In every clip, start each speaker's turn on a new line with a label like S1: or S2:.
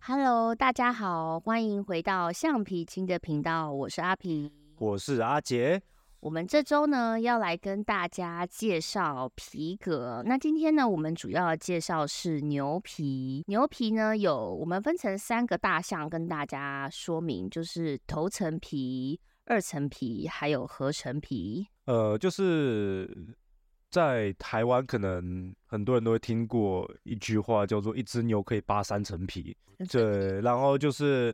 S1: Hello，大家好，欢迎回到橡皮筋的频道，我是阿皮。
S2: 我是阿杰，
S1: 我们这周呢要来跟大家介绍皮革。那今天呢，我们主要介绍是牛皮。牛皮呢有我们分成三个大项跟大家说明，就是头层皮、二层皮还有合成皮。
S2: 呃，就是在台湾，可能很多人都会听过一句话，叫做“一只牛可以扒三 层皮”。对，然后就是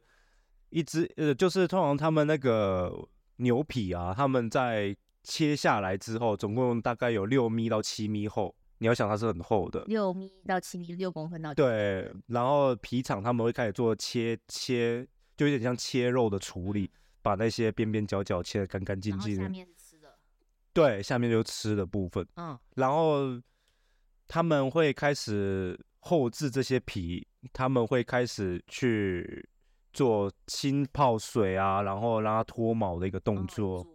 S2: 一只呃，就是通常他们那个牛皮啊，他们在切下来之后，总共大概有六米到七米厚。你要想它是很厚的，
S1: 六米到七米，六公分到7
S2: 对。然后皮厂他们会开始做切切，就有点像切肉的处理，把那些边边角角切得干干净
S1: 嗯然后
S2: 净
S1: 下
S2: 的。
S1: 面吃的，
S2: 对，下面就是吃的部分。
S1: 嗯，
S2: 然后他们会开始后置这些皮，他们会开始去做浸泡水啊，然后让它脱毛的一个
S1: 嗯
S2: 动作，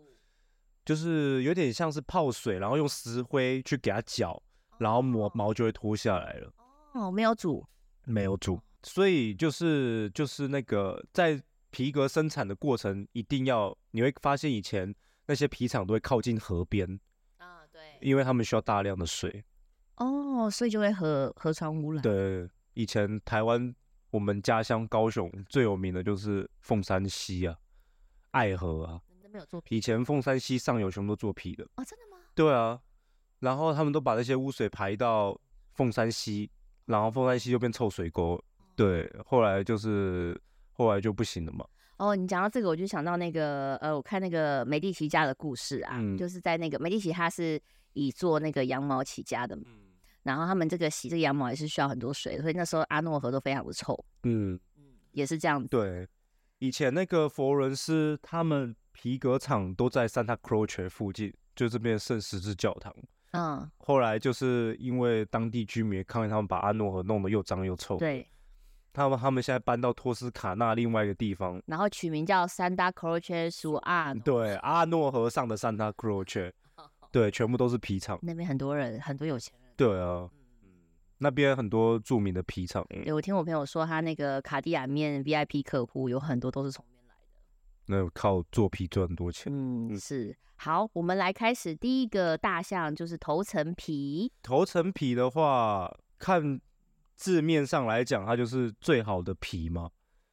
S2: 就是有点像是泡水，然后用石灰去给它搅，然后毛毛就会脱下来了。
S1: 哦，没有煮，
S2: 没有煮，所以就是就是那个在皮革生产的过程，一定要你会发现以前那些皮厂都会靠近河边，嗯
S1: 啊，对，
S2: 因为他们需要大量的水。
S1: 哦，所以就会河河床污染，
S2: 对，以前台湾我们家乡高雄最有名的就是凤山溪啊，爱河啊。
S1: 你们那边有做皮
S2: 以前凤山溪上游全部都做皮的，
S1: 哦，真的吗？
S2: 对啊，然后他们都把那些污水排到凤山溪，然后凤山溪就变臭水沟。对，后来就是后来就不行了嘛。
S1: 哦，你讲到这个，我就想到那个呃，我看那个美第奇家的故事啊，
S2: 嗯
S1: 就是在那个美第奇，他是以做那个羊毛起家的嘛，然后他们这个洗这个羊毛也是需要很多水的，所以那时候阿诺河都非常的臭，
S2: 嗯，
S1: 也是这样子。
S2: 对，以前那个佛罗伦斯他们皮革厂都在 Santa Croce 附近，就这边圣十字教堂。
S1: 嗯，
S2: 后来就是因为当地居民也抗议，他们把阿诺河弄得又脏又臭。，
S1: 对，
S2: 他们他们现在搬到托斯卡纳另外一个地方，
S1: 然后取名叫 Santa Croce su a n
S2: 嗯对，啊阿诺河上的 Santa Croce，对，全部都是皮厂。
S1: 那边很多人，很多有钱人。
S2: 对啊，
S1: 嗯
S2: 那边很多著名的皮厂。
S1: 对，我听我朋友说，他那个卡地亚面 VIP 客户有很多都是从那边来的。
S2: 那靠做皮赚很多钱。
S1: 嗯，是。好，我们来开始第一个大项，就是头层皮。
S2: 头层皮的话，看字面上来讲，它就是最好的皮嘛。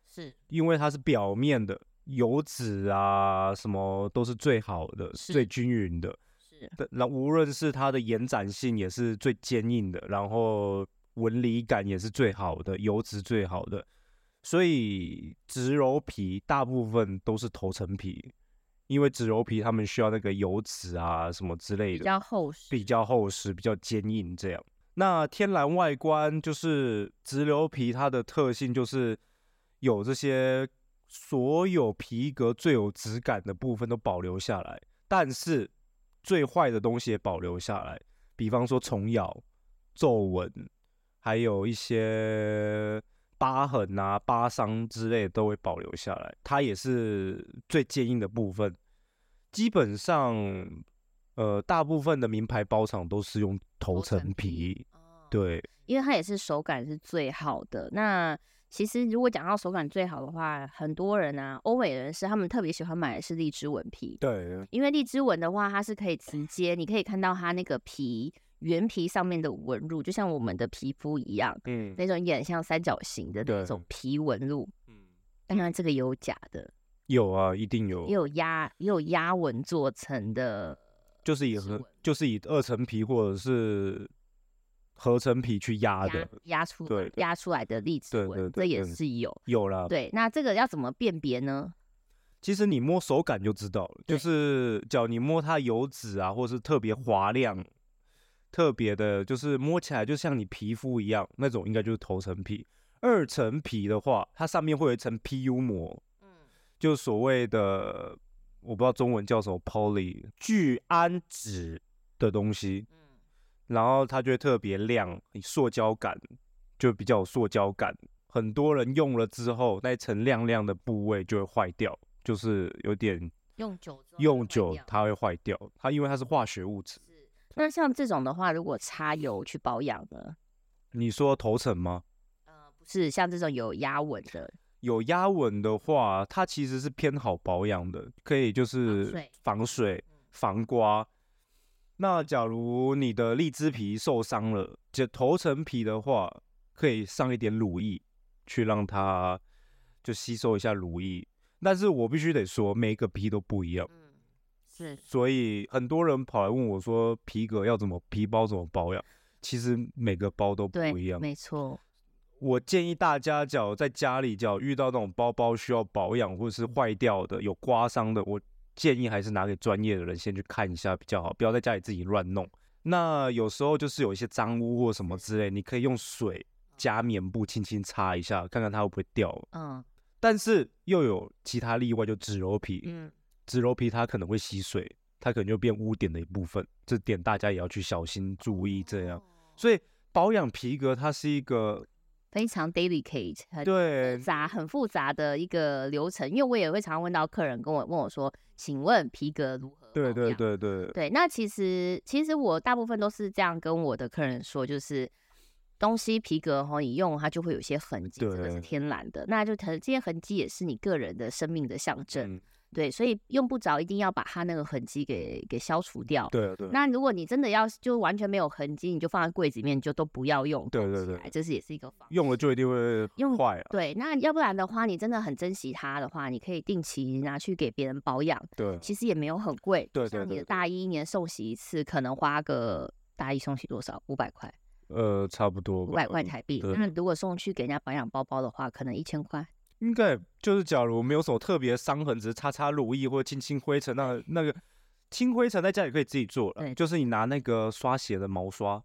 S1: 是，
S2: 因为它是表面的油脂啊，什么都是最好的、
S1: 是
S2: 最均匀的。
S1: 是，
S2: 但那无论是它的延展性也是最坚硬的，然后纹理感也是最好的，油脂最好的。所以植鞣皮大部分都是头层皮，因为植鞣皮他们需要那个油脂啊什么之类
S1: 比
S2: 的，
S1: 较厚实。
S2: 比较厚实、比较坚硬这样。那天然外观就是直流皮，它的特性就是有这些所有皮革最有质感的部分都保留下来，但是最坏的东西也保留下来，比方说虫咬、皱纹，还有一些疤痕啊、疤伤之类的都会保留下来。它也是最坚硬的部分。基本上，呃，大部分的名牌包厂都是用头层皮，
S1: 哦，
S2: 对，
S1: 因为它也是手感是最好的。那其实如果讲到手感最好的话，很多人啊，欧美人士他们特别喜欢买的是荔枝纹皮，
S2: 对，
S1: 因为荔枝纹的话，它是可以直接，你可以看到它那个皮原皮上面的纹路，就像我们的皮肤一样，
S2: 嗯
S1: 那种有点像三角形的那
S2: 对
S1: 种皮纹路。
S2: 嗯，
S1: 当然，这个也有假的，
S2: 有啊，一定有
S1: 也，有压也有压纹做成的，
S2: 就是以
S1: 是
S2: 合
S1: 我，
S2: 就是以二层皮或者是合成皮去压
S1: 压
S2: 的，
S1: 压出
S2: 啊对对
S1: 压出来的荔枝
S2: 对
S1: 纹，
S2: 对
S1: 这
S2: 对嗯
S1: 也
S2: 对
S1: 是有。
S2: 有啦。
S1: 对，那这个要怎么辨别呢？
S2: 其实你摸手感就知道了，
S1: 对
S2: 就是脚你摸它油脂啊，或是特别滑亮。特别的，就是摸起来就像你皮肤一样，那种应该就是头层皮。二层皮的话，它上面会有一层 PU 膜，
S1: 嗯，
S2: 就所谓的我不知道中文叫什么 poly 聚氨酯的东西，
S1: 嗯
S2: 然后它就会特别亮，塑胶感就比较有塑胶感。很多人用了之后，那一层亮亮的部位就会坏掉，就是有点
S1: 用久之后就
S2: 用
S1: 坏
S2: 久
S1: 掉
S2: 它会坏掉，它因为它是化学物质。
S1: 是。那像这种的话，如果擦油去保养呢？
S2: 你说头层吗？
S1: 呃，不是像这种有压纹的，
S2: 有压纹的话，它其实是偏好保养的，可以就是
S1: 水嗯
S2: 防水、防刮。那假如你的荔枝皮受伤了，就头层皮的话，可以上一点乳液去让它就吸收一下乳液。但是我必须得说，每个皮都不一样，
S1: 嗯，是
S2: 所以很多人跑来问我说，皮革要怎么皮包怎么保养？其实每个包都
S1: 对
S2: 不一样，，
S1: 没错，
S2: 我建议大家，假如在家里，假如遇到那种包包需要保养或者是坏掉的、有刮伤的，我建议还是拿给专业的人先去看一下比较好，不要在家里自己乱弄。那有时候就是有一些脏污或什么之类，你可以用水加棉布轻轻擦一下，看看它会不会掉。
S1: 嗯
S2: 但是又有其他例外，就纸柔皮，
S1: 嗯，
S2: 纸柔皮它可能会吸水，它可能就变污点的一部分，这点大家也要去小心注
S1: 哦
S2: 意。这样，所以保养皮革它是一个
S1: 非常 delicate，很
S2: 对
S1: 复杂很复杂的一个流程，因为我也会常常问到客人跟我问我说，请问皮革如何？
S2: 对对。对对，
S1: 对，那其实其实我大部分都是这样跟我的客人说，就是东西皮革哈，你用它就会有些痕迹，这个
S2: 对
S1: 是天然的，那就痕这些痕迹也是你个人的生命的象征，
S2: 嗯，
S1: 对，所以用不着一定要把它那个痕迹给给消除掉。
S2: 对啊对
S1: 那如果你真的要是就完全没有痕迹，你就放在柜子里面，你就都不要用，
S2: 对
S1: 藏
S2: 对
S1: 起
S2: 对
S1: 来，这是也是一个方
S2: 用了就一定会
S1: 用
S2: 坏啊，
S1: 对，那要不然的话，你真的很珍惜它的话，你可以定期拿去给别人保养，
S2: 对
S1: 其实也没有很贵。
S2: 对对
S1: 像
S2: 对
S1: 你的
S2: 对
S1: 大衣一年送洗一次，可能花个大衣送洗多少？五百块，
S2: 呃，差不多
S1: 五
S2: 吧
S1: 百块台币。
S2: 对
S1: 那如果送去给人家保养包包的话，可能一千块。
S2: 应该就是假如没有什么特别伤痕，只是擦擦乳液或者清清灰尘，那那个清灰尘在家里可以自己做了，
S1: 对
S2: 就是你拿那个刷鞋的毛刷，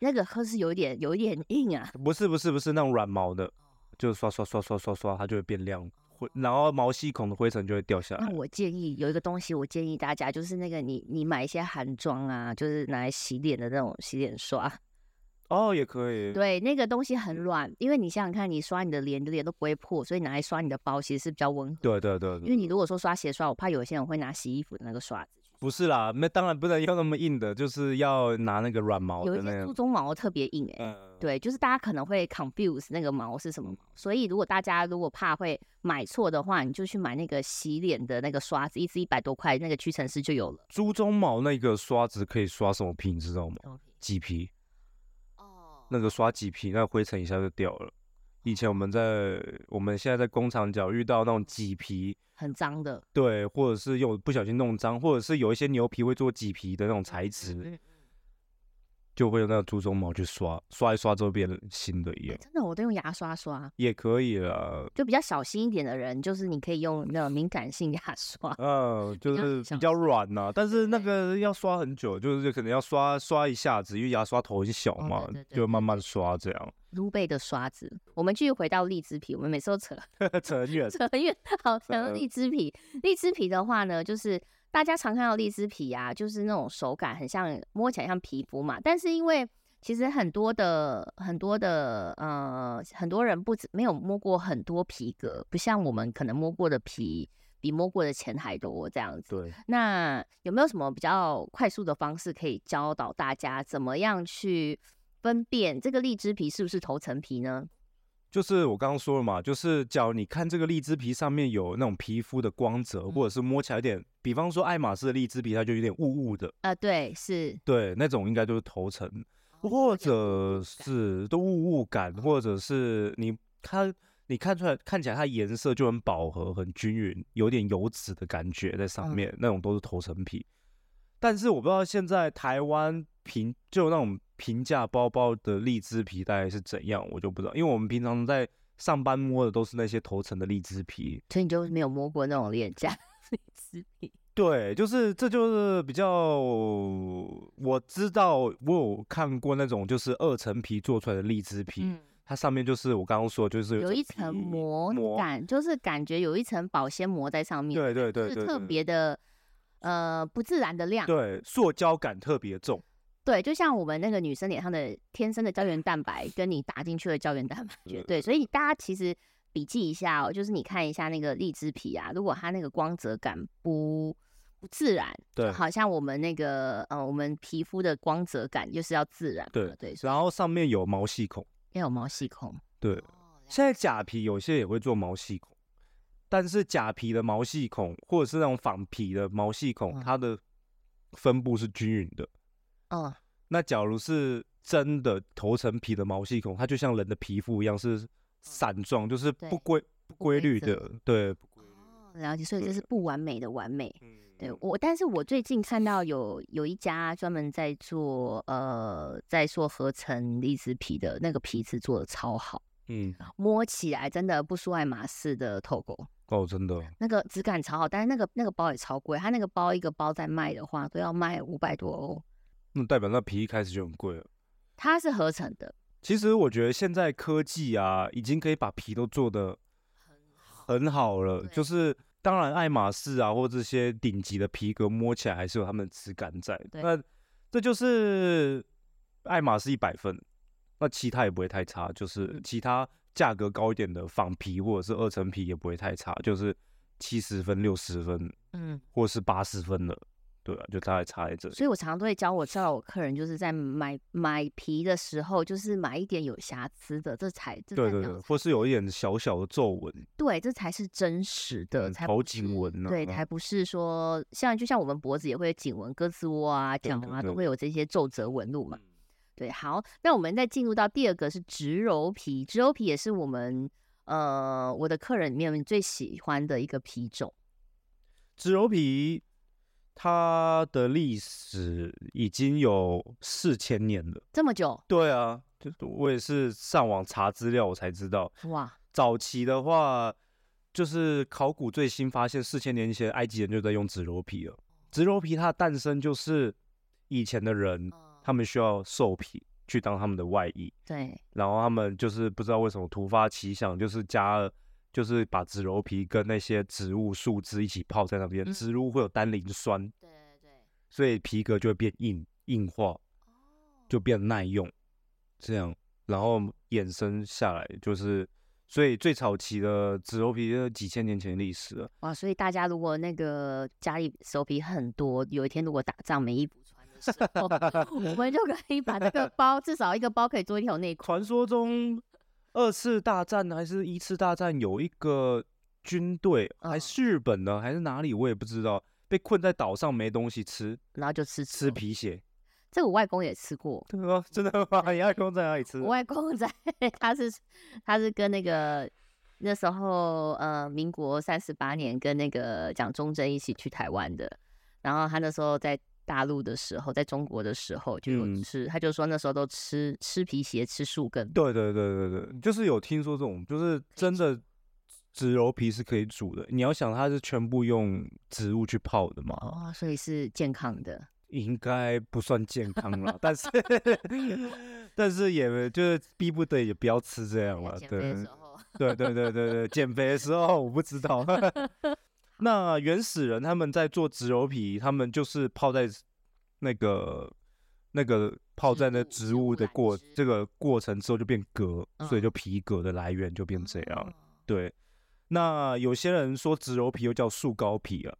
S1: 那个可是有一点有一点硬啊，
S2: 不是不是不是那种软毛
S1: 哦
S2: 的，就是刷刷刷刷刷刷，它就会变亮，灰，然后毛细孔的灰尘就会掉下
S1: 那
S2: 来。
S1: 我建议有一个东西，我建议大家就是那个你你买一些韩妆啊，就是拿来洗脸的那种洗脸刷，
S2: 哦，也可以，
S1: 对，那个东西很软，因为你想想看，你刷你的脸，你的脸都不会破，所以拿来刷你的包其实是比较温和。
S2: 对对对
S1: 因
S2: 对，
S1: 为你如果说刷鞋刷，我怕有些人会拿洗衣服的那个刷子，
S2: 不是啦，那当然不能用那么硬的，就是要拿那个软毛
S1: 有
S2: 的
S1: 一
S2: 哦那
S1: 些猪
S2: 种，
S1: 鬃毛特别硬哎、
S2: 嗯，
S1: 对，就是大家可能会 confuse 那个毛是什么毛，所以如果大家如果怕会买错的话，你就去买那个洗脸的那个刷子，一支一百多块，那个屈臣氏就有了。
S2: 猪鬃毛那个刷子可以刷什么皮，你知道吗？麂皮，
S1: 哦
S2: 那个刷麂皮，那灰尘一下就掉了。以前我们在我们现在在工厂角遇到那种麂皮，
S1: 很脏的
S2: 对，或者是用不小心弄脏，或者是有一些牛皮会做麂皮的那种材质，
S1: 嗯
S2: 就会用那个猪鬃毛去刷，刷一刷之后变新的一样，
S1: 真的我都用牙刷刷，
S2: 也可以啦。
S1: 就比较小心一点的人，就是你可以用那种敏感性牙刷。
S2: 嗯，就
S1: 较
S2: 是比
S1: 像
S2: 较软呐、但是那
S1: 对
S2: 个要刷很久，就是可能要刷刷一下子，因为牙刷头很小
S1: 哦
S2: 嘛，
S1: 对对对
S2: 就
S1: 对
S2: 慢
S1: 对
S2: 慢刷这样。
S1: 撸贝的刷子，我们继续回到荔枝皮，我们每次都扯
S2: 扯很 远，
S1: 扯很远，好，讲到
S2: 嗯
S1: 荔枝皮。荔枝皮的话呢，就是大家常看到荔枝皮啊，就是那种手感很像，摸起来像皮肤嘛。但是因为其实很多的很多的呃，很多人不止没有摸过很多皮革，不像我们可能摸过的皮比摸过的钱还多这样子。
S2: 对。
S1: 那有没有什么比较快速的方式可以教导大家怎么样去分辨这个荔枝皮是不是头层皮呢？
S2: 就是我刚刚说了嘛，就是假如你看这个荔枝皮上面有那种皮肤的光泽，
S1: 嗯
S2: 或者是摸起来有点，比方说爱马仕的荔枝皮，它就有点雾雾的，
S1: 呃，对，是
S2: 对，那种应该就是头层，
S1: 哦
S2: 或者是都雾雾感，或者是你它你看出来看起来它颜色就很饱和、很均匀，有点油脂的感觉在上
S1: 嗯
S2: 面，那种都是头层皮。但是我不知道现在台湾平就那种平价包包的荔枝皮大概是怎样，我就不知道，因为我们平常在上班摸的都是那些头层的荔枝皮。
S1: 所以你就没有摸过那种脸颊荔枝皮。
S2: 对，就是这就是比较我知道，我有看过那种就是二层皮做出来的荔枝皮，
S1: 嗯，
S2: 它上面就是我刚刚说的，就是
S1: 有一
S2: 皮
S1: 层膜
S2: 膜，
S1: 感，就是感觉有一层保鲜膜在上面，
S2: 对对对
S1: 是
S2: 对，
S1: 特
S2: 对
S1: 别的呃不自然的亮。
S2: 对，塑胶感特别重，
S1: 对，就像我们那个女生脸上的天生的胶原蛋白，跟你打进去的胶原蛋白，
S2: 对
S1: 对，所以大家其实笔记一下哦，就是你看一下那个荔枝皮啊，如果它那个光泽感不不自然，
S2: 对
S1: 好像我们那个呃，我们皮肤的光泽感就是要自然嘛，
S2: 对
S1: 对，所
S2: 然后上面有毛细孔，
S1: 以要有毛细孔，
S2: 对，现在假皮有些也会做毛细孔，但是假皮的毛细孔或者是那种仿皮的毛细孔，
S1: 嗯
S2: 它的分布是均匀的。
S1: 嗯，
S2: 那假如是真的头层皮的毛细孔，它就像人的皮肤一样是散状，就是不
S1: 嗯对
S2: 规不
S1: 规
S2: 规律
S1: 则
S2: 的，对，
S1: 哦了解，所以这是不完美的完美。对
S2: 嗯
S1: 我，但是我最近看到有有一家专门在做呃，在做合成荔枝皮的那个皮子做的超好，
S2: 嗯，
S1: 摸起来真的不输爱马仕的透狗，
S2: 哦，真的，
S1: 那个质感超好，但是那个那个包也超贵，它那个包一个包在卖的话都要卖五百多欧，
S2: 那代表那皮一开始就很贵了。
S1: 它是合成的，
S2: 其实我觉得现在科技啊，已经可以把皮都做的很好了。就
S1: 对
S2: 是当然，爱马仕啊，或这些顶级的皮革，摸起来还是有它们的质感在。
S1: 对
S2: 那这就是爱马仕一百分，那其他也不会太差。就是
S1: 嗯
S2: 其他价格高一点的仿皮或者是二层皮也不会太差，就是七十分、六十分
S1: 嗯，
S2: 或是八十分了。对啊，就大概差在这里。
S1: 所以我常常都会教我教我客人，就是在买买皮的时候，就是买一点有瑕疵的，这才这
S2: 对
S1: 代
S2: 对
S1: 表
S2: 对，或是有一点小小的皱纹，
S1: 对，这才是真实的，
S2: 嗯
S1: 才
S2: 头
S1: 不
S2: 颈
S1: 是
S2: 纹啊
S1: 对，
S2: 嗯
S1: 才不是说像就像我们脖子也会有颈纹、胳肢窝啊、
S2: 对
S1: 脚
S2: 对
S1: 啊，都
S2: 对嗯
S1: 会有这些皱褶纹路嘛。对，好，那我们再进入到第二个是植鞣皮，植鞣皮也是我们呃我的客人里面最喜欢的一个皮种。
S2: 植鞣皮它的历史已经有四千年了。
S1: 这么久，
S2: 对啊，就是我也是上网查资料，我才知道，
S1: 哇，
S2: 早期的话，就是考古最新发现，四千年前埃及人就在用植鞣皮了。植鞣皮它的诞生就是以前的人，他们需要兽皮去当他们的外衣，
S1: 对，
S2: 然后他们就是不知道为什么突发奇想，就是加了，就是把植鞣皮跟那些植物树枝一起泡在那边，
S1: 嗯
S2: 植物会有单磷酸，
S1: 对对对，
S2: 所以皮革就会变硬硬化，就变耐用，这样，然后衍生下来就是，所以最早期的植鞣皮就是几千年前的历史了。
S1: 哇，所以大家如果那个家里手皮很多，有一天如果打仗没衣服穿的时 候，我们就可以把这个包至少一个包可以做一条内裤。
S2: 传说中二次大战还是一次大战有一个军队，还
S1: 嗯
S2: 是日本呢，还是哪里，我也不知道，被困在岛上没东西吃，
S1: 然后就吃
S2: 吃
S1: 皮。
S2: 皮鞋。
S1: 这个我外公也吃过，
S2: 对吗？ 真的吗？你外公在哪里吃
S1: 我？外公在他是他是跟那个那时候呃民国三十八年跟那个蒋中正一起去台湾的，然后他那时候在大陆的时候，在中国的时候就
S2: 嗯
S1: 有吃，他就说那时候都吃吃皮鞋吃树根，
S2: 对对对对对，就是有听说这种，就是真的植鞣皮是可以煮的。你要想它是全部用植物去泡的嘛，
S1: 哦，所以是健康的。
S2: 应该不算健康 了，但是但是也就是逼不得已不要吃这样了。
S1: 减肥
S2: 对
S1: 的时候，
S2: 对对对对对，减肥的时候我不知道。那原始人他们在做植鞣皮，他们就是泡在那个那个泡
S1: 植
S2: 在那
S1: 物
S2: 植
S1: 植
S2: 物
S1: 物
S2: 的
S1: 来
S2: 过
S1: 织
S2: 这个过程之后就变革，所以
S1: 嗯
S2: 就皮革的来源就变这样。
S1: 哦
S2: 对，那有些人说植鞣皮又叫树膏皮啊，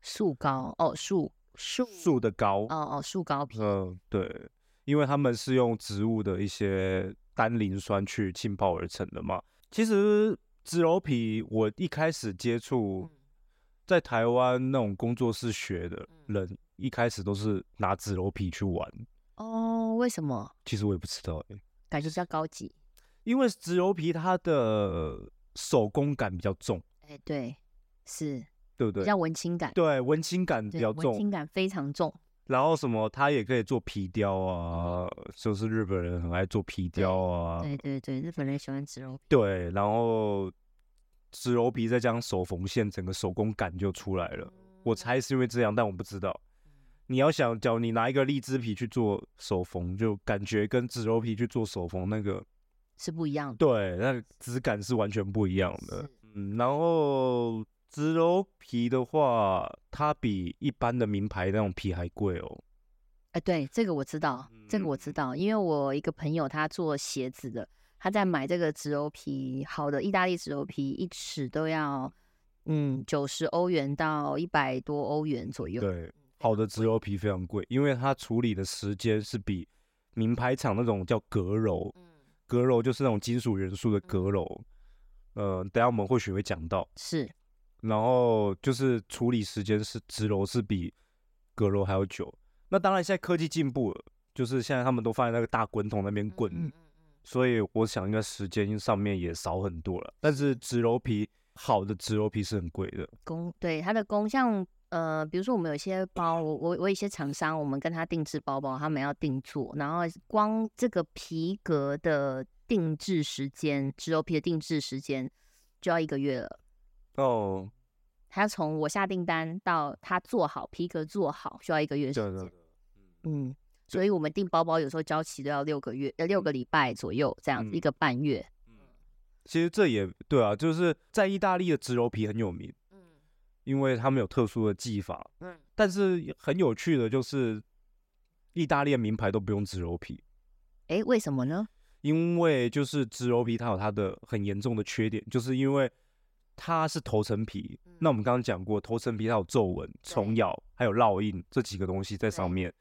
S1: 树膏哦，树树
S2: 树的膏。
S1: 哦哦，树膏皮，
S2: 嗯，对，因为他们是用植物的一些单磷酸去浸泡而成的嘛。其实植鞣皮我一开始接
S1: 嗯
S2: 触，在台湾那种工作室学的
S1: 嗯
S2: 人，一开始都是拿植鞣皮去玩。
S1: 哦，为什么
S2: 其实我也不知道、欸，
S1: 感觉比较高级？
S2: 因为植鞣皮它的手工感比较重，
S1: 哎，对，是
S2: 对不
S1: 比
S2: 对？
S1: 较文青感，
S2: 对，文青感比
S1: 对
S2: 较
S1: 文青
S2: 重，
S1: 感非常重。
S2: 然后什么，它也可以做皮雕啊，就是日本人很爱做皮
S1: 对
S2: 雕啊，
S1: 对对对，日本人喜欢植鞣皮，
S2: 对，然后植鞣皮再加上手缝线，整个手工感就出来了。我猜是因为这样，但我不知道。你要想，假如你拿一个荔枝皮去做手缝，就感觉跟植鞣皮去做手缝那个，
S1: 是不一样的。
S2: 对，那个质感是完全不一样的
S1: 是。
S2: 嗯，然后植鞣皮的话，它比一般的名牌那种皮还贵哦。
S1: 哎，对，这个我知道，这个我知道，因为我一个朋友他做鞋子的，他在买这个植鞣皮，好的意大利植鞣皮一尺都要嗯九十欧元到一百多欧元左右。
S2: 对，好的植鞣皮非常贵，因为它处理的时间是比名牌厂那种叫隔柔，
S1: 嗯，
S2: 隔柔就是那种金属元素的隔柔，呃，等一下我们或许会讲到。
S1: 是
S2: 然后就是处理时间是直楼是比阁楼还要久。那当然，现在科技进步了，就是现在他们都放在那个大滚筒那边滚，
S1: 嗯嗯
S2: 所以我想应该时间上面也少很多了。但是直楼皮好的直楼皮是很贵的，
S1: 工对它的工像。呃，比如说我们有一些包，我我我有一些厂商，我们跟他定制包包，他们要定做，然后光这个皮革的定制时间，植鞣皮的定制时间就要一个月了。
S2: 哦，
S1: 他从我下订单到他做好皮革做好，需要一个月时
S2: 对
S1: 间。
S2: 对对，
S1: 嗯，所以我们订包包有时候交期都要六个月，呃，六个礼拜左右这样子，
S2: 嗯
S1: 一个半月。
S2: 其实这也对啊，就是在意大利的直楼皮很有名，
S1: 嗯
S2: 因为他们有特殊的技法。
S1: 嗯，
S2: 但是很有趣的就是，意大利的名牌都不用直楼皮，
S1: 诶，为什么呢？
S2: 因为就是植鞣皮它有它的很严重的缺点，就是因为它是头层皮。
S1: 嗯
S2: 那我们刚刚讲过，头层皮它有皱纹、虫咬还有烙印这几个东西在上
S1: 对
S2: 面，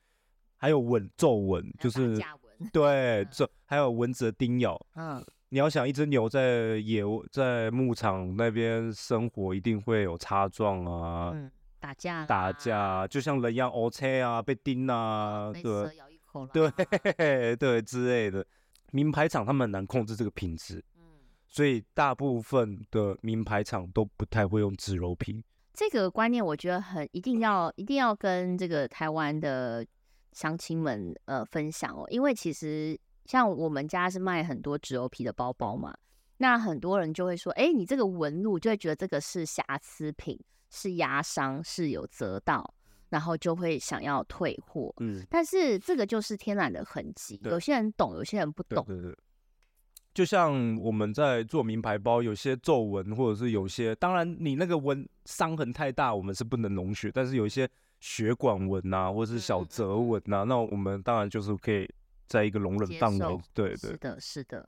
S2: 还有纹皱纹，
S1: 还有
S2: 就
S1: 打
S2: 是
S1: 架 纹，
S2: 对
S1: 嗯
S2: 这还有蚊子的叮咬。
S1: 嗯，
S2: 你要想一只牛在野在牧场那边生活，一定会有擦撞啊、
S1: 嗯，打架
S2: 打
S1: 啦
S2: 架，啊，就像人一样哦车啊、被叮啊，
S1: 被
S2: 对
S1: 蛇。咬一口啦，
S2: 对对之类的。名牌厂他们很难控制这个品质，
S1: 嗯，
S2: 所以大部分的名牌厂都不太会用植鞣皮。
S1: 这个观念我觉得很一定要一定要跟这个台湾的乡亲们呃分享哦，因为其实像我们家是卖很多植鞣皮的包包嘛，那很多人就会说，哎，你这个纹路就会觉得这个是瑕疵品，是压伤，是有折到，然后就会想要退货。
S2: 嗯，
S1: 但是这个就是天然的痕迹，
S2: 对
S1: 有些人懂，有些人不
S2: 对
S1: 懂。
S2: 对对。就像我们在做名牌包，有些皱纹或者是有些，当然你那个纹伤痕太大，我们是不能容许。但是有一些血管纹啊，或者是
S1: 嗯
S2: 小
S1: 嗯嗯
S2: 折纹啊，那我们当然就是可以在一个容忍
S1: 接
S2: 范
S1: 受
S2: 围。对对
S1: 是。的，是的。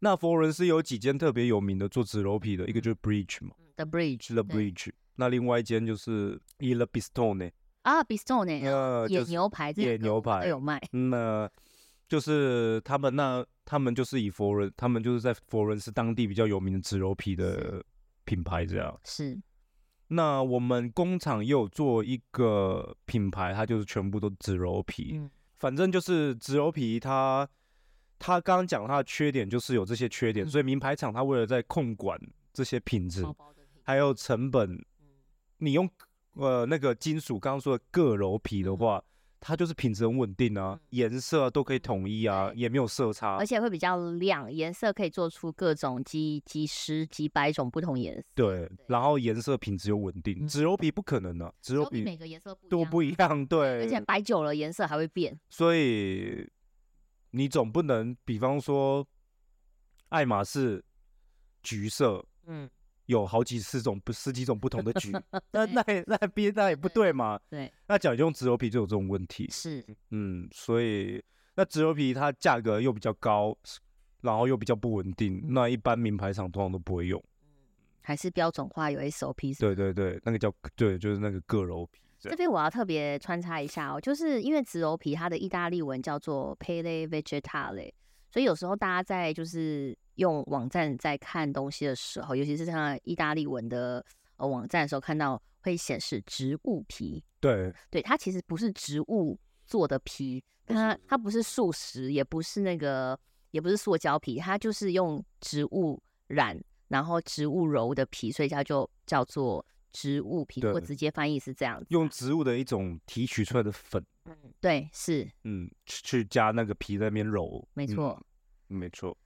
S2: 那佛罗伦斯有几间特别有名的做植鞣皮的，一个就是 Bridge 嘛。
S1: The Bridge
S2: The
S1: 嗯对
S2: Bridge，那另外一间就是 Il Bistone，
S1: 啊，Bistone
S2: 呃，
S1: 野
S2: 就是
S1: 牛排这
S2: 野
S1: 两个我
S2: 牛
S1: 们
S2: 排
S1: 都有卖。
S2: 嗯呃，就是他们那他们就是以佛罗伦，他们就是在佛罗伦斯当地比较有名的植鞣皮的品牌这样。
S1: 是，
S2: 那我们工厂也有做一个品牌，它就是全部都植鞣皮，
S1: 嗯
S2: 反正就是植鞣皮它。它刚刚讲它的缺点就是有这些缺点，
S1: 嗯
S2: 所以名牌厂它为了在控管这些品质，
S1: 包包的嗯品
S2: 还有成本，你用呃那个金属刚刚说的铬鞣皮的
S1: 嗯
S2: 话，它就是品质很稳定啊
S1: 嗯，
S2: 颜色啊都可以统一啊，
S1: 对
S2: 也没有色差
S1: 而。且会比较亮，颜色可以做出各种几几十几百种不同颜色。
S2: 对，然后颜色品质又稳定，
S1: 嗯
S2: 植鞣皮不可能啊，植
S1: 手
S2: 鞣
S1: 笔
S2: 皮
S1: 每个颜色不一
S2: 都
S1: 样，
S2: 不一呃样，
S1: 而且
S2: 对，
S1: 摆久了颜色还会变。
S2: 所以你总不能，比方说爱马仕橘色
S1: 嗯，
S2: 有好几十种不十几种不同的 橘，那
S1: 对
S2: 那也那边那也不
S1: 对
S2: 对嘛，
S1: 对，
S2: 那讲用植鞣皮就有这种问题，
S1: 是，
S2: 嗯，所以那植鞣皮它价格又比较高，然后又比较不稳定，那一般名牌厂通常都不会用。
S1: 还是标准化有 SOP 是
S2: 对对对，那个叫对，就是那个铬鞣皮
S1: 这
S2: 这样。
S1: 边我要特别穿插一下哦，就是因为植鞣皮它的意大利文叫做 pele vegetale，所以有时候大家在就是用网站在看东西的时候，尤其是像意大利文的呃网站的时候，看到会显示植物皮，
S2: 对，
S1: 对，它其实不是植物做的皮，它它不是素食，也不是那个，也不是塑胶皮，它就是用植物染，然后植物揉的皮，所以它就叫做植物皮。我
S2: 对
S1: 直接翻译是这样子
S2: 用
S1: 啊，
S2: 植物的一种提取出来的粉，
S1: 对，是
S2: 嗯，去去加那个皮在那边揉。
S1: 没
S2: 嗯
S1: 错。
S2: 没错。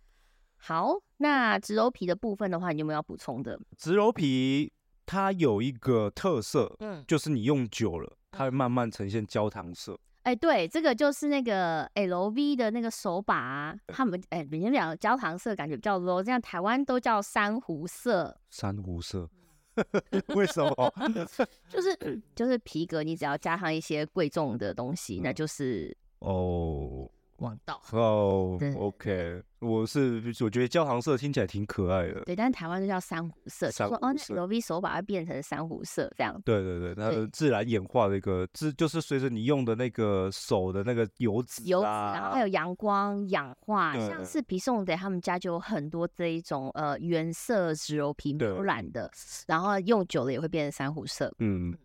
S1: 好，那植鞣皮的部分的话，你有没有要补充的？
S2: 植鞣皮它有一个特色，
S1: 嗯，
S2: 就是你用久了，它会慢慢呈现焦糖色。
S1: 哎、对，这个就是那个 LV 的那个手把啊，他们哎，别人讲焦糖色感觉比较 low，这样台湾都叫珊瑚色。
S2: 珊瑚色， 为什么？
S1: 就是
S2: 嗯
S1: 就是皮革，你只要加上一些贵重的东西，那就是
S2: 哦，
S1: 王道。
S2: 哦
S1: 对
S2: ，OK，我是我觉得焦糖色听起来挺可爱的。
S1: 对，但是台湾就叫珊瑚色，就
S2: 珊
S1: 说
S2: 瑚
S1: 哦，
S2: 色
S1: 那 LV 手把它变成珊瑚色这样。
S2: 对对对，它
S1: 对
S2: 的自然演化的一个自就是随着你用的那个手的那个油脂、啊，
S1: 油脂，然后还有阳光氧化，
S2: 对
S1: 像是皮送的他们家就有很多这一种呃原色植鞣皮
S2: 对
S1: 污染的，然后用久了也会变成珊瑚色。
S2: 嗯，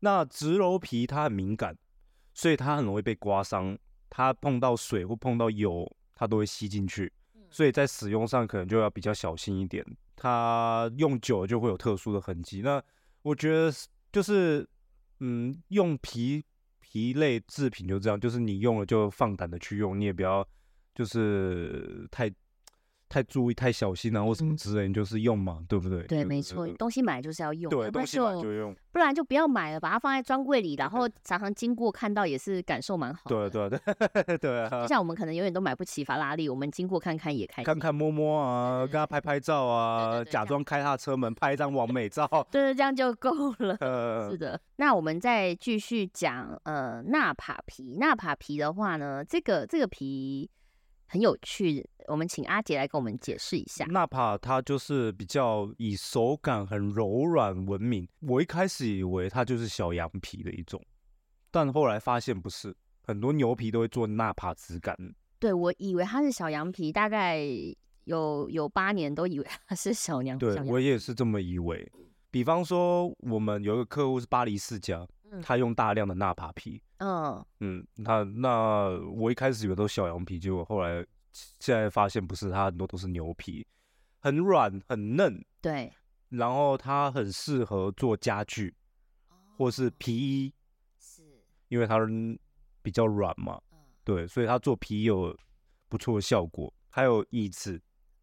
S2: 那植鞣皮它很敏感，所以它很容易被刮伤，它碰到水或碰到油，它都会吸进去，
S1: 嗯
S2: 所以在使用上可能就要比较小心一点。它用久了就会有特殊的痕迹。那我觉得是就是，嗯，用皮皮类制品就这样，就是你用了就放胆的去用，你也不要就是太太注意、太小心啊或什么
S1: 嗯
S2: 之类，你就是用嘛，对不对？
S1: 对，
S2: 就
S1: 没
S2: 是
S1: 错，东西买就是要用，
S2: 对，
S1: 要不然
S2: 东西买
S1: 就
S2: 就用。
S1: 不然就不要买了，把它放在专柜里，然后常常经过看到也是感受蛮好
S2: 对
S1: 的。
S2: 啊，对啊，对对
S1: 就
S2: 啊，
S1: 像我们可能永远都买不起法拉利，我们经过看看也开心。
S2: 看看摸摸啊，跟他拍拍照
S1: 对
S2: 啊，
S1: 对对
S2: 假
S1: 这样
S2: 装开他车门拍一张完 美照，
S1: 对对，这样就够了。
S2: 呃
S1: 是，的，那我们再继续讲，呃，纳帕皮。纳帕皮的话呢，这个这个皮很有趣，我们请阿杰来跟我们解释一下。
S2: 纳帕它就是比较以手感很柔软闻名。我一开始以为它就是小羊皮的一种，但后来发现不是，很多牛皮都会做纳帕质感。
S1: 对我以为它是小羊皮，大概有有八年都以为它是小羊。
S2: 对
S1: 小羊
S2: 我也是这么以为。比方说，我们有一个客户是巴黎世家，
S1: 嗯
S2: 他用大量的纳帕皮，
S1: 嗯，
S2: 嗯，那那我一开始以为都是小羊皮，结果后来现在发现不是，它很多都是牛皮，很软很嫩，
S1: 对，
S2: 然后它很适合做家具或是皮衣，
S1: 哦是，嗯
S2: 因为它嗯比较软嘛，对，所以它做皮有不错的效果，还有椅子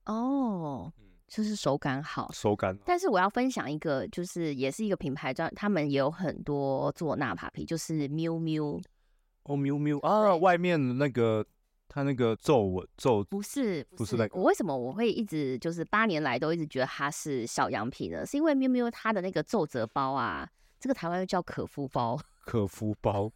S1: 哦，就是手感好。
S2: 嗯手感，
S1: 但是我要分享一个，就是也是一个品牌专，他们也有很多做纳帕皮，就是 miu miu，
S2: 哦，喵喵啊，
S1: 对
S2: 外面的那个它那个皱纹皱，
S1: 不是
S2: 不是那个
S1: 我为什么我会一直就是八年来都一直觉得它是小羊皮呢？是因为喵喵它的那个皱褶包啊，这个台湾又叫可夫包，
S2: 可夫包，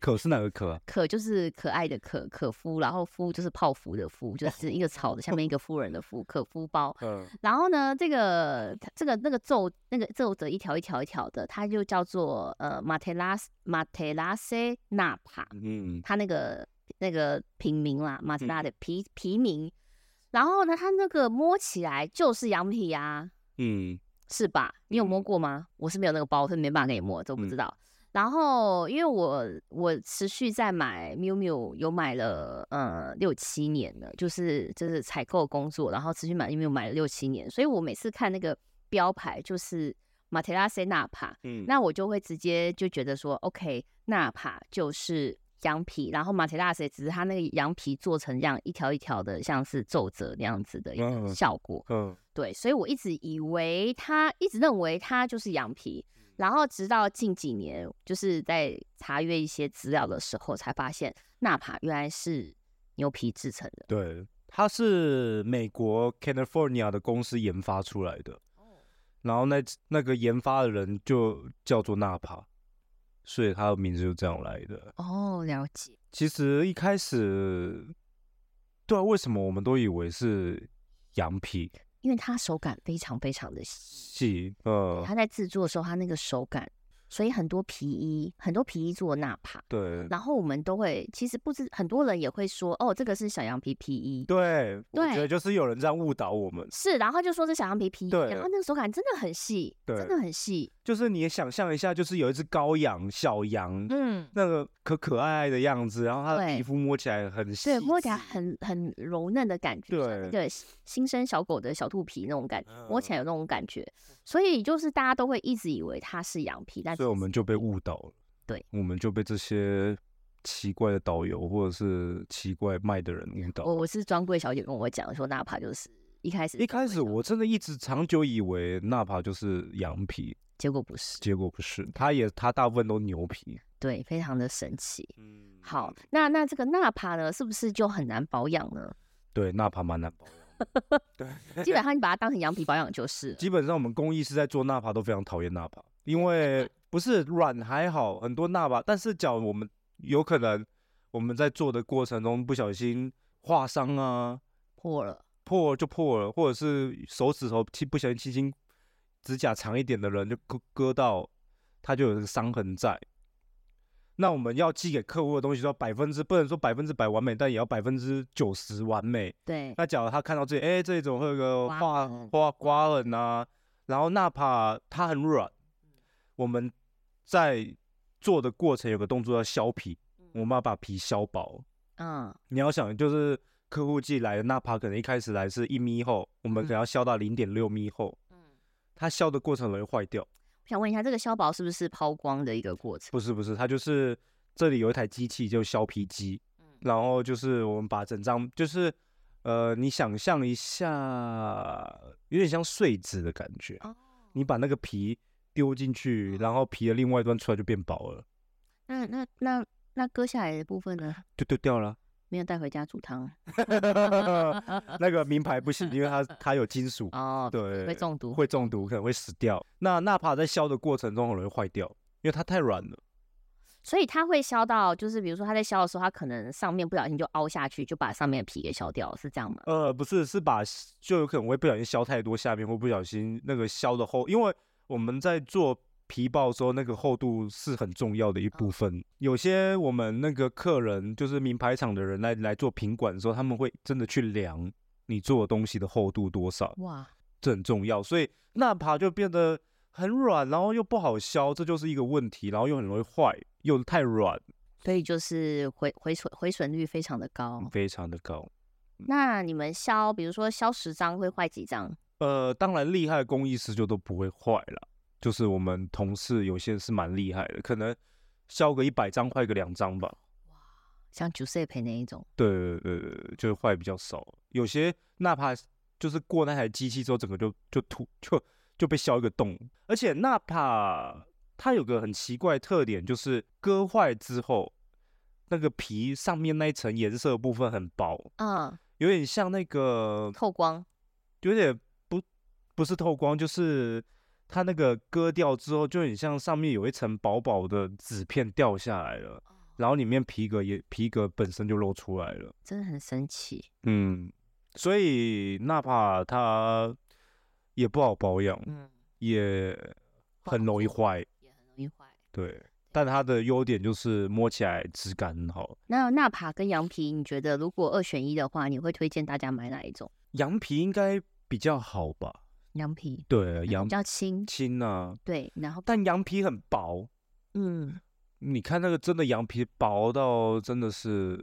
S2: 可是哪个可啊？
S1: 可就是可爱的可可夫，然后夫就是泡芙的夫，
S2: 哦
S1: 就是一个草 的下面一个夫人的夫，可夫包。
S2: 嗯，
S1: 然后呢，这个它这个那个皱那个皱褶一条一条一条的，它就叫做呃马特拉斯马特拉塞纳帕。
S2: 嗯，
S1: 他那个那个平民啦，马自达的皮皮民。然后呢，他那个摸起来就是羊皮啊，
S2: 嗯，
S1: 是吧？你有摸过吗？我是没有那个包，所以没办法给你摸，都不知道。然后，因为我我持续在买 miu miu，有买了呃六七年了，就是就是采购工作，然后持续买 miu miu 买了六七年，所以我每次看那个标牌就是马特拉塞纳帕，
S2: 嗯，
S1: 那我就会直接就觉得说，OK，纳帕就是羊皮，然后马提拉谁只是它那个羊皮做成这样一条一条的，像是皱褶那样子的一
S2: 嗯
S1: 个效果。
S2: 嗯。
S1: 对，所以我一直以为它，一直认为它就是羊皮，然后直到近几年，就是在查阅一些资料的时候，才发现纳帕原来是牛皮制成的。
S2: 对，它是美国 California 的公司研发出来的，
S1: 哦
S2: 然后那那个研发的人就叫做纳帕，所以它的名字就这样来的。
S1: 哦，了解。
S2: 其实一开始，对啊，为什么我们都以为是羊皮
S1: 因为它手感非常非常的细。
S2: 系？呃，
S1: 他在制作的时候，他那个手感，所以很多皮衣，很多皮衣做纳帕，
S2: 对
S1: 然后我们都会，其实不知很多人也会说，哦，这个是小羊皮皮衣，
S2: 对，我
S1: 对
S2: 觉得就是有人这样误导我们，
S1: 是，然后就说这小羊皮皮衣，
S2: 对
S1: 然后那个手感真的很细，
S2: 对
S1: 真的很细，
S2: 就是你也想象一下，就是有一只羔羊、小羊。
S1: 嗯，
S2: 那个可可爱爱的样子，然后它的
S1: 对
S2: 皮肤摸起来很细
S1: 对，摸起来
S2: 致
S1: 很很柔嫩的感觉，像那
S2: 对嗯
S1: 个新新生小狗的小兔皮那种感觉，摸起来有那种感觉，所以就是大家都会一直以为它是羊皮，但
S2: 所以我
S1: 其实
S2: 们就被误导了。
S1: 对，
S2: 我们就被这些奇怪的导游或者是奇怪卖的人误
S1: 我
S2: 导。
S1: 我是专柜小姐跟我讲说，纳帕就是一开始
S2: 一开
S1: 专柜
S2: 始
S1: 小
S2: 我真的一直长久以为纳帕就是羊皮，
S1: 结果不是，
S2: 结果不是，它也它大部分都牛皮。
S1: 对，非常的神奇。
S2: 嗯，
S1: 好，那那这个纳帕呢，是不是就很难保养呢？
S2: 对，纳帕蛮难保养的。
S1: 基本上你把它当成羊皮保养就是了。
S2: 基本上我们工艺师在做纳帕都非常讨厌纳帕， 因为不是软还好，很多纳帕，但是脚我们有可能我我们在做的过程中不小心划伤啊，
S1: 破了，
S2: 破就破了，或者是手指头轻不小心轻轻指甲长一点的人就割割到，它就有这个伤痕在。那我们要寄给客户的东西，要百分之不能说百分之百完美，但也要百分之九十完美。
S1: 对，
S2: 那假如他看到这里，哎、这里怎么会有个
S1: 刮
S2: 画
S1: 痕
S2: 画刮痕啊？然后哪怕它很软，
S1: 嗯
S2: 我们在做的过程有个动作叫削皮，我们要把皮削薄。
S1: 嗯，
S2: 你要想，就是客户寄来的纳帕，可能一开始来是一米厚，我们可能要削到零点六米厚。它削的过程容易坏掉。
S1: 我想问一下，这个消薄是不是抛光的一个过程？
S2: 不是不是，它就是这里有一台机器，就削皮机，然后就是我们把整张，就是呃，你想象一下，有点像碎纸的感觉，
S1: 哦
S2: 你把那个皮丢进去，然后皮的另外一端出来就变薄了，
S1: 那那那那割下来的部分呢？
S2: 就丢掉了。
S1: 没有带回家煮汤
S2: 那个名牌不行，因为它它有金属，
S1: 哦，
S2: 对，
S1: 会中毒，
S2: 会中毒，可能会死掉。那纳帕在削的过程中很容易坏掉，因为它太软了。
S1: 所以它会削到，就是比如说它在削的时候，它可能上面不小心就凹下去，就把上面的皮给削掉了，是这样吗？
S2: 呃，不是，是把就有可能会不小心削太多，下面会不小心那个削的厚，因为我们在做皮包的时候，那个厚度是很重要的一部分。有些我们那个客人就是名牌厂的人来来做品管的时候，他们会真的去量你做的东西的厚度多少，
S1: 哇，
S2: 这很重要。所以那爬就变得很软，然后又不好削，这就是一个问题，然后又很容易坏，又太软，
S1: 所以就是回回损回损率非常的高。
S2: 非常的高。
S1: 那你们削，比如说削十张会坏几张？
S2: 呃，当然厉害的工艺师就都不会坏了，就是我们同事有些是蛮厉害的，可能削个一百张坏个两张吧。
S1: 像 Giuseppe 那一种，
S2: 对对对对对，就是坏比较少。有些纳帕就是过那台机器之后，整个就就突就就被削一个洞。而且纳帕它有个很奇怪的特点，就是割坏之后，那个皮上面那一层颜色的部分很薄，
S1: 嗯，
S2: 有点像那个
S1: 透光，
S2: 有点不不是透光，就是它那个割掉之后，就很像上面有一层薄薄的纸片掉下来了，
S1: 哦
S2: 然后里面皮革也皮革本身就露出来了。
S1: 真的很神奇。
S2: 嗯，所以纳帕它也不好保养，
S1: 嗯，
S2: 也
S1: 不好
S2: 很容易
S1: 做
S2: 坏。
S1: 也很容易坏。
S2: 对，但它的优点就是摸起来质感很好。
S1: 那纳帕跟羊皮，你觉得如果二选一的话，你会推荐大家买哪一种？
S2: 羊皮应该比较好吧？
S1: 羊皮，它
S2: 对，羊
S1: 比较轻，
S2: 轻啊，
S1: 对，然后
S2: 但羊皮很薄。
S1: 嗯，
S2: 你看那个真的羊皮薄到真的 是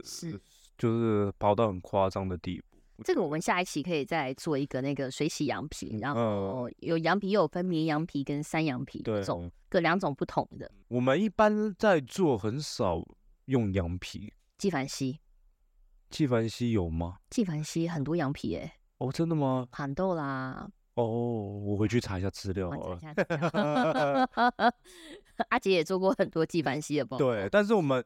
S1: 是
S2: 就是薄到很夸张的地步。
S1: 这个我们下一期可以再做一个那个水洗羊皮，然
S2: 嗯，
S1: 后哦有羊皮又有分绵羊皮跟山羊皮
S2: 对
S1: 这，种各两种不同的。
S2: 我们一般在做很少用羊皮。
S1: 纪梵希，
S2: 纪梵希有吗？
S1: 纪梵希很多羊皮诶、
S2: 哦，真的吗？
S1: 盘豆啦，
S2: 哦，我回去查一下资料
S1: 我
S2: 好
S1: 查
S2: 了
S1: 一。下资料。阿杰也做过很多纪梵希的包，
S2: 对，但是我们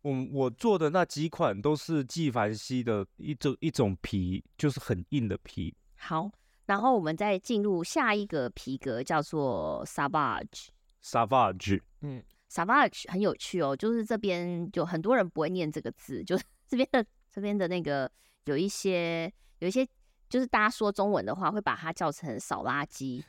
S2: 我我做的那几款都是纪梵希的一种一种皮，就是很硬的皮。
S1: 好，然后我们再进入下一个皮革，叫做 Savage。
S2: Savage，
S1: 嗯，Savage 很有趣哦，就是这边有很多人不会念这个字，就是 这边的这边的那个有一些有一些，就是大家说中文的话会把它叫成扫垃圾。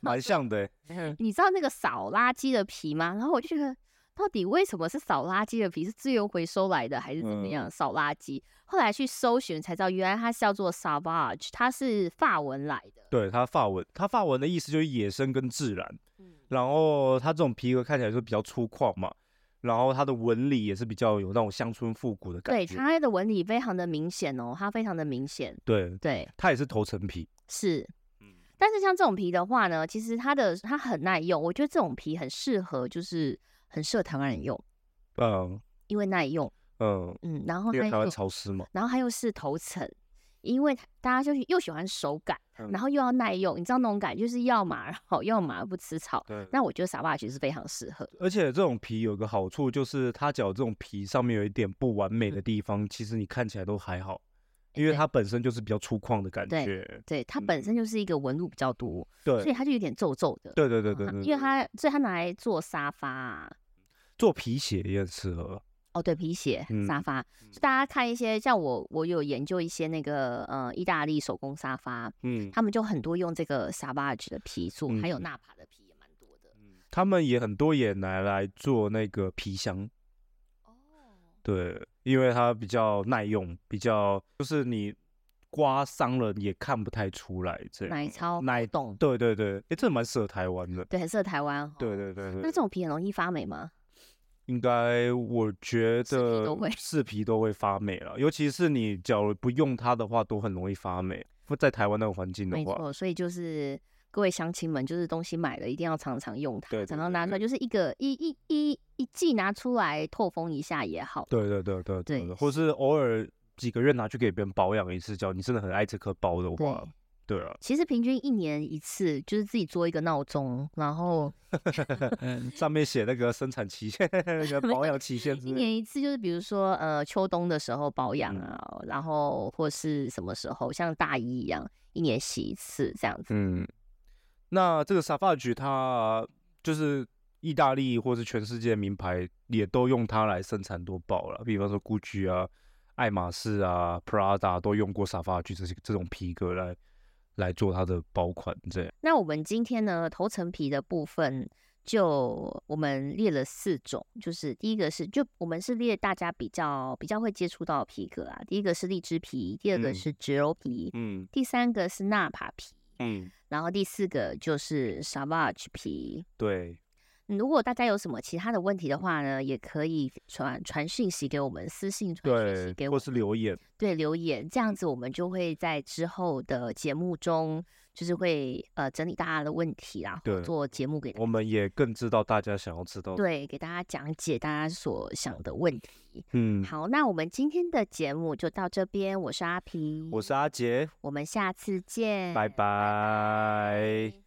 S2: 蛮像的欸。
S1: 你知道那个扫垃圾的皮吗？然后我就觉得，到底为什么是扫垃圾的皮？是资源回收来的还是怎么
S2: 嗯
S1: 样？扫垃圾。后来去搜寻才知道，原来它是叫做 Savage，它是法文来的。
S2: 对，它法文，它法文的意思就是野生跟自然。
S1: 嗯
S2: 然后它这种皮革看起来就比较粗犷嘛，然后它的纹理也是比较有那种乡村复古的感
S1: 对，
S2: 觉。
S1: 它的纹理非常的明显哦，它非常的明显。
S2: 对，嗯
S1: 对，
S2: 它也是头层皮。
S1: 是。但是像这种皮的话呢，其实它的它很耐用，我觉得这种皮很适合，就是很适合台湾人用，
S2: 嗯
S1: 因为耐用，
S2: 嗯，
S1: 嗯，然后
S2: 因
S1: 耐
S2: 为台湾
S1: 用，
S2: 潮湿嘛。
S1: 然后它又是头层，因为它大家就是又喜欢手感，
S2: 嗯
S1: 然后又要耐用，你知道那种感觉就是要嘛，然后要嘛不吃草。
S2: 对，
S1: 那我觉得傻爸其实非常适合，
S2: 而且这种皮有个好处就是，它只要这种皮上面有一点不完美的地方，其实你看起来都还好，因为
S1: 嗯哎对
S2: 它本身就是比较粗犷的感
S1: 对
S2: 觉。
S1: 对，它本身就是一个纹路比较多，
S2: 嗯对
S1: 所以它就有点皱皱的。
S2: 对对对对
S1: 嗯
S2: 对，
S1: 因为它所以它拿来做沙发啊、
S2: 做皮鞋也很适合。
S1: 哦，对，皮鞋、
S2: 嗯
S1: 沙发，就大家看一些，像我，我有研究一些那个呃，意大利手工沙发，
S2: 嗯，
S1: 他们就很多用这个 Savage 的皮做，还有
S2: 嗯
S1: 纳帕的皮也蛮多的。
S2: 他们也很多也拿来做那个皮箱，
S1: 哦，
S2: 对，因为它比较耐用，比较就是你刮伤了也看不太出来这样。
S1: 奶超
S2: 奶
S1: 冻，
S2: 对对对，哎、这蛮适合台湾的。
S1: 对，很适合台湾。
S2: 对，对对对，
S1: 哦那这种皮很容易发霉吗？
S2: 应该我觉
S1: 视皮都
S2: 得
S1: 会
S2: 视皮都会发霉了，尤其是你假如不用它的话，都很容易发霉。在台湾那个环境的
S1: 没
S2: 话，
S1: 错，所以就是各位乡亲们，就是东西买了一定要常常用它，
S2: 对对
S1: 常
S2: 对
S1: 常拿出来，就是一个一一一一季拿出来透风一下也好。
S2: 对对对对
S1: 对
S2: 或是偶尔几个月拿去给别人保养一次，假如你真的很爱这颗包的话
S1: 对，
S2: 对啊，
S1: 其实平均一年一次，就是自己做一个闹钟，然
S2: 嗯
S1: 后
S2: 上面写那个生产期限、 那个保养期限之
S1: 一
S2: 类的。
S1: 年一次，就是比如说呃秋冬的时候保养
S2: 嗯
S1: 啊，然后或是什么时候像大衣一样，一年洗一次这样子。
S2: 嗯，那这个沙发菊它就是意大利或是全世界名牌也都用它来生产多宝了，比方说 GUCCI 啊、爱马仕啊、Prada 都用过沙发菊这些这种皮革来来做它的包款，这样。
S1: 那我们今天呢头层皮的部分，就我们列了四种，就是第一个是就我们是列大家比较比较会接触到的皮革啊，第一个是荔枝皮，第二个
S2: 嗯
S1: 是植鞣皮，
S2: 嗯
S1: 第三个是纳帕皮，
S2: 嗯，
S1: 然后第四个就是 Savage 皮。
S2: 对，
S1: 嗯如果大家有什么其他的问题的话呢，也可以传传讯息给我们，私信传讯息
S2: 对
S1: 啊给，我
S2: 或
S1: 们，
S2: 是留言，
S1: 对留言，这样子我们就会在之后的节目中，就是会呃整理大家的问题啦，或
S2: 对
S1: 做节目给大
S2: 我们也更知道大家想要知道。，
S1: 对给大家讲解大家所想的问题。
S2: 嗯，
S1: 好，那我们今天的节目就到这边，我是阿皮，
S2: 我是阿杰，
S1: 嗯我们下次见，
S2: 拜拜。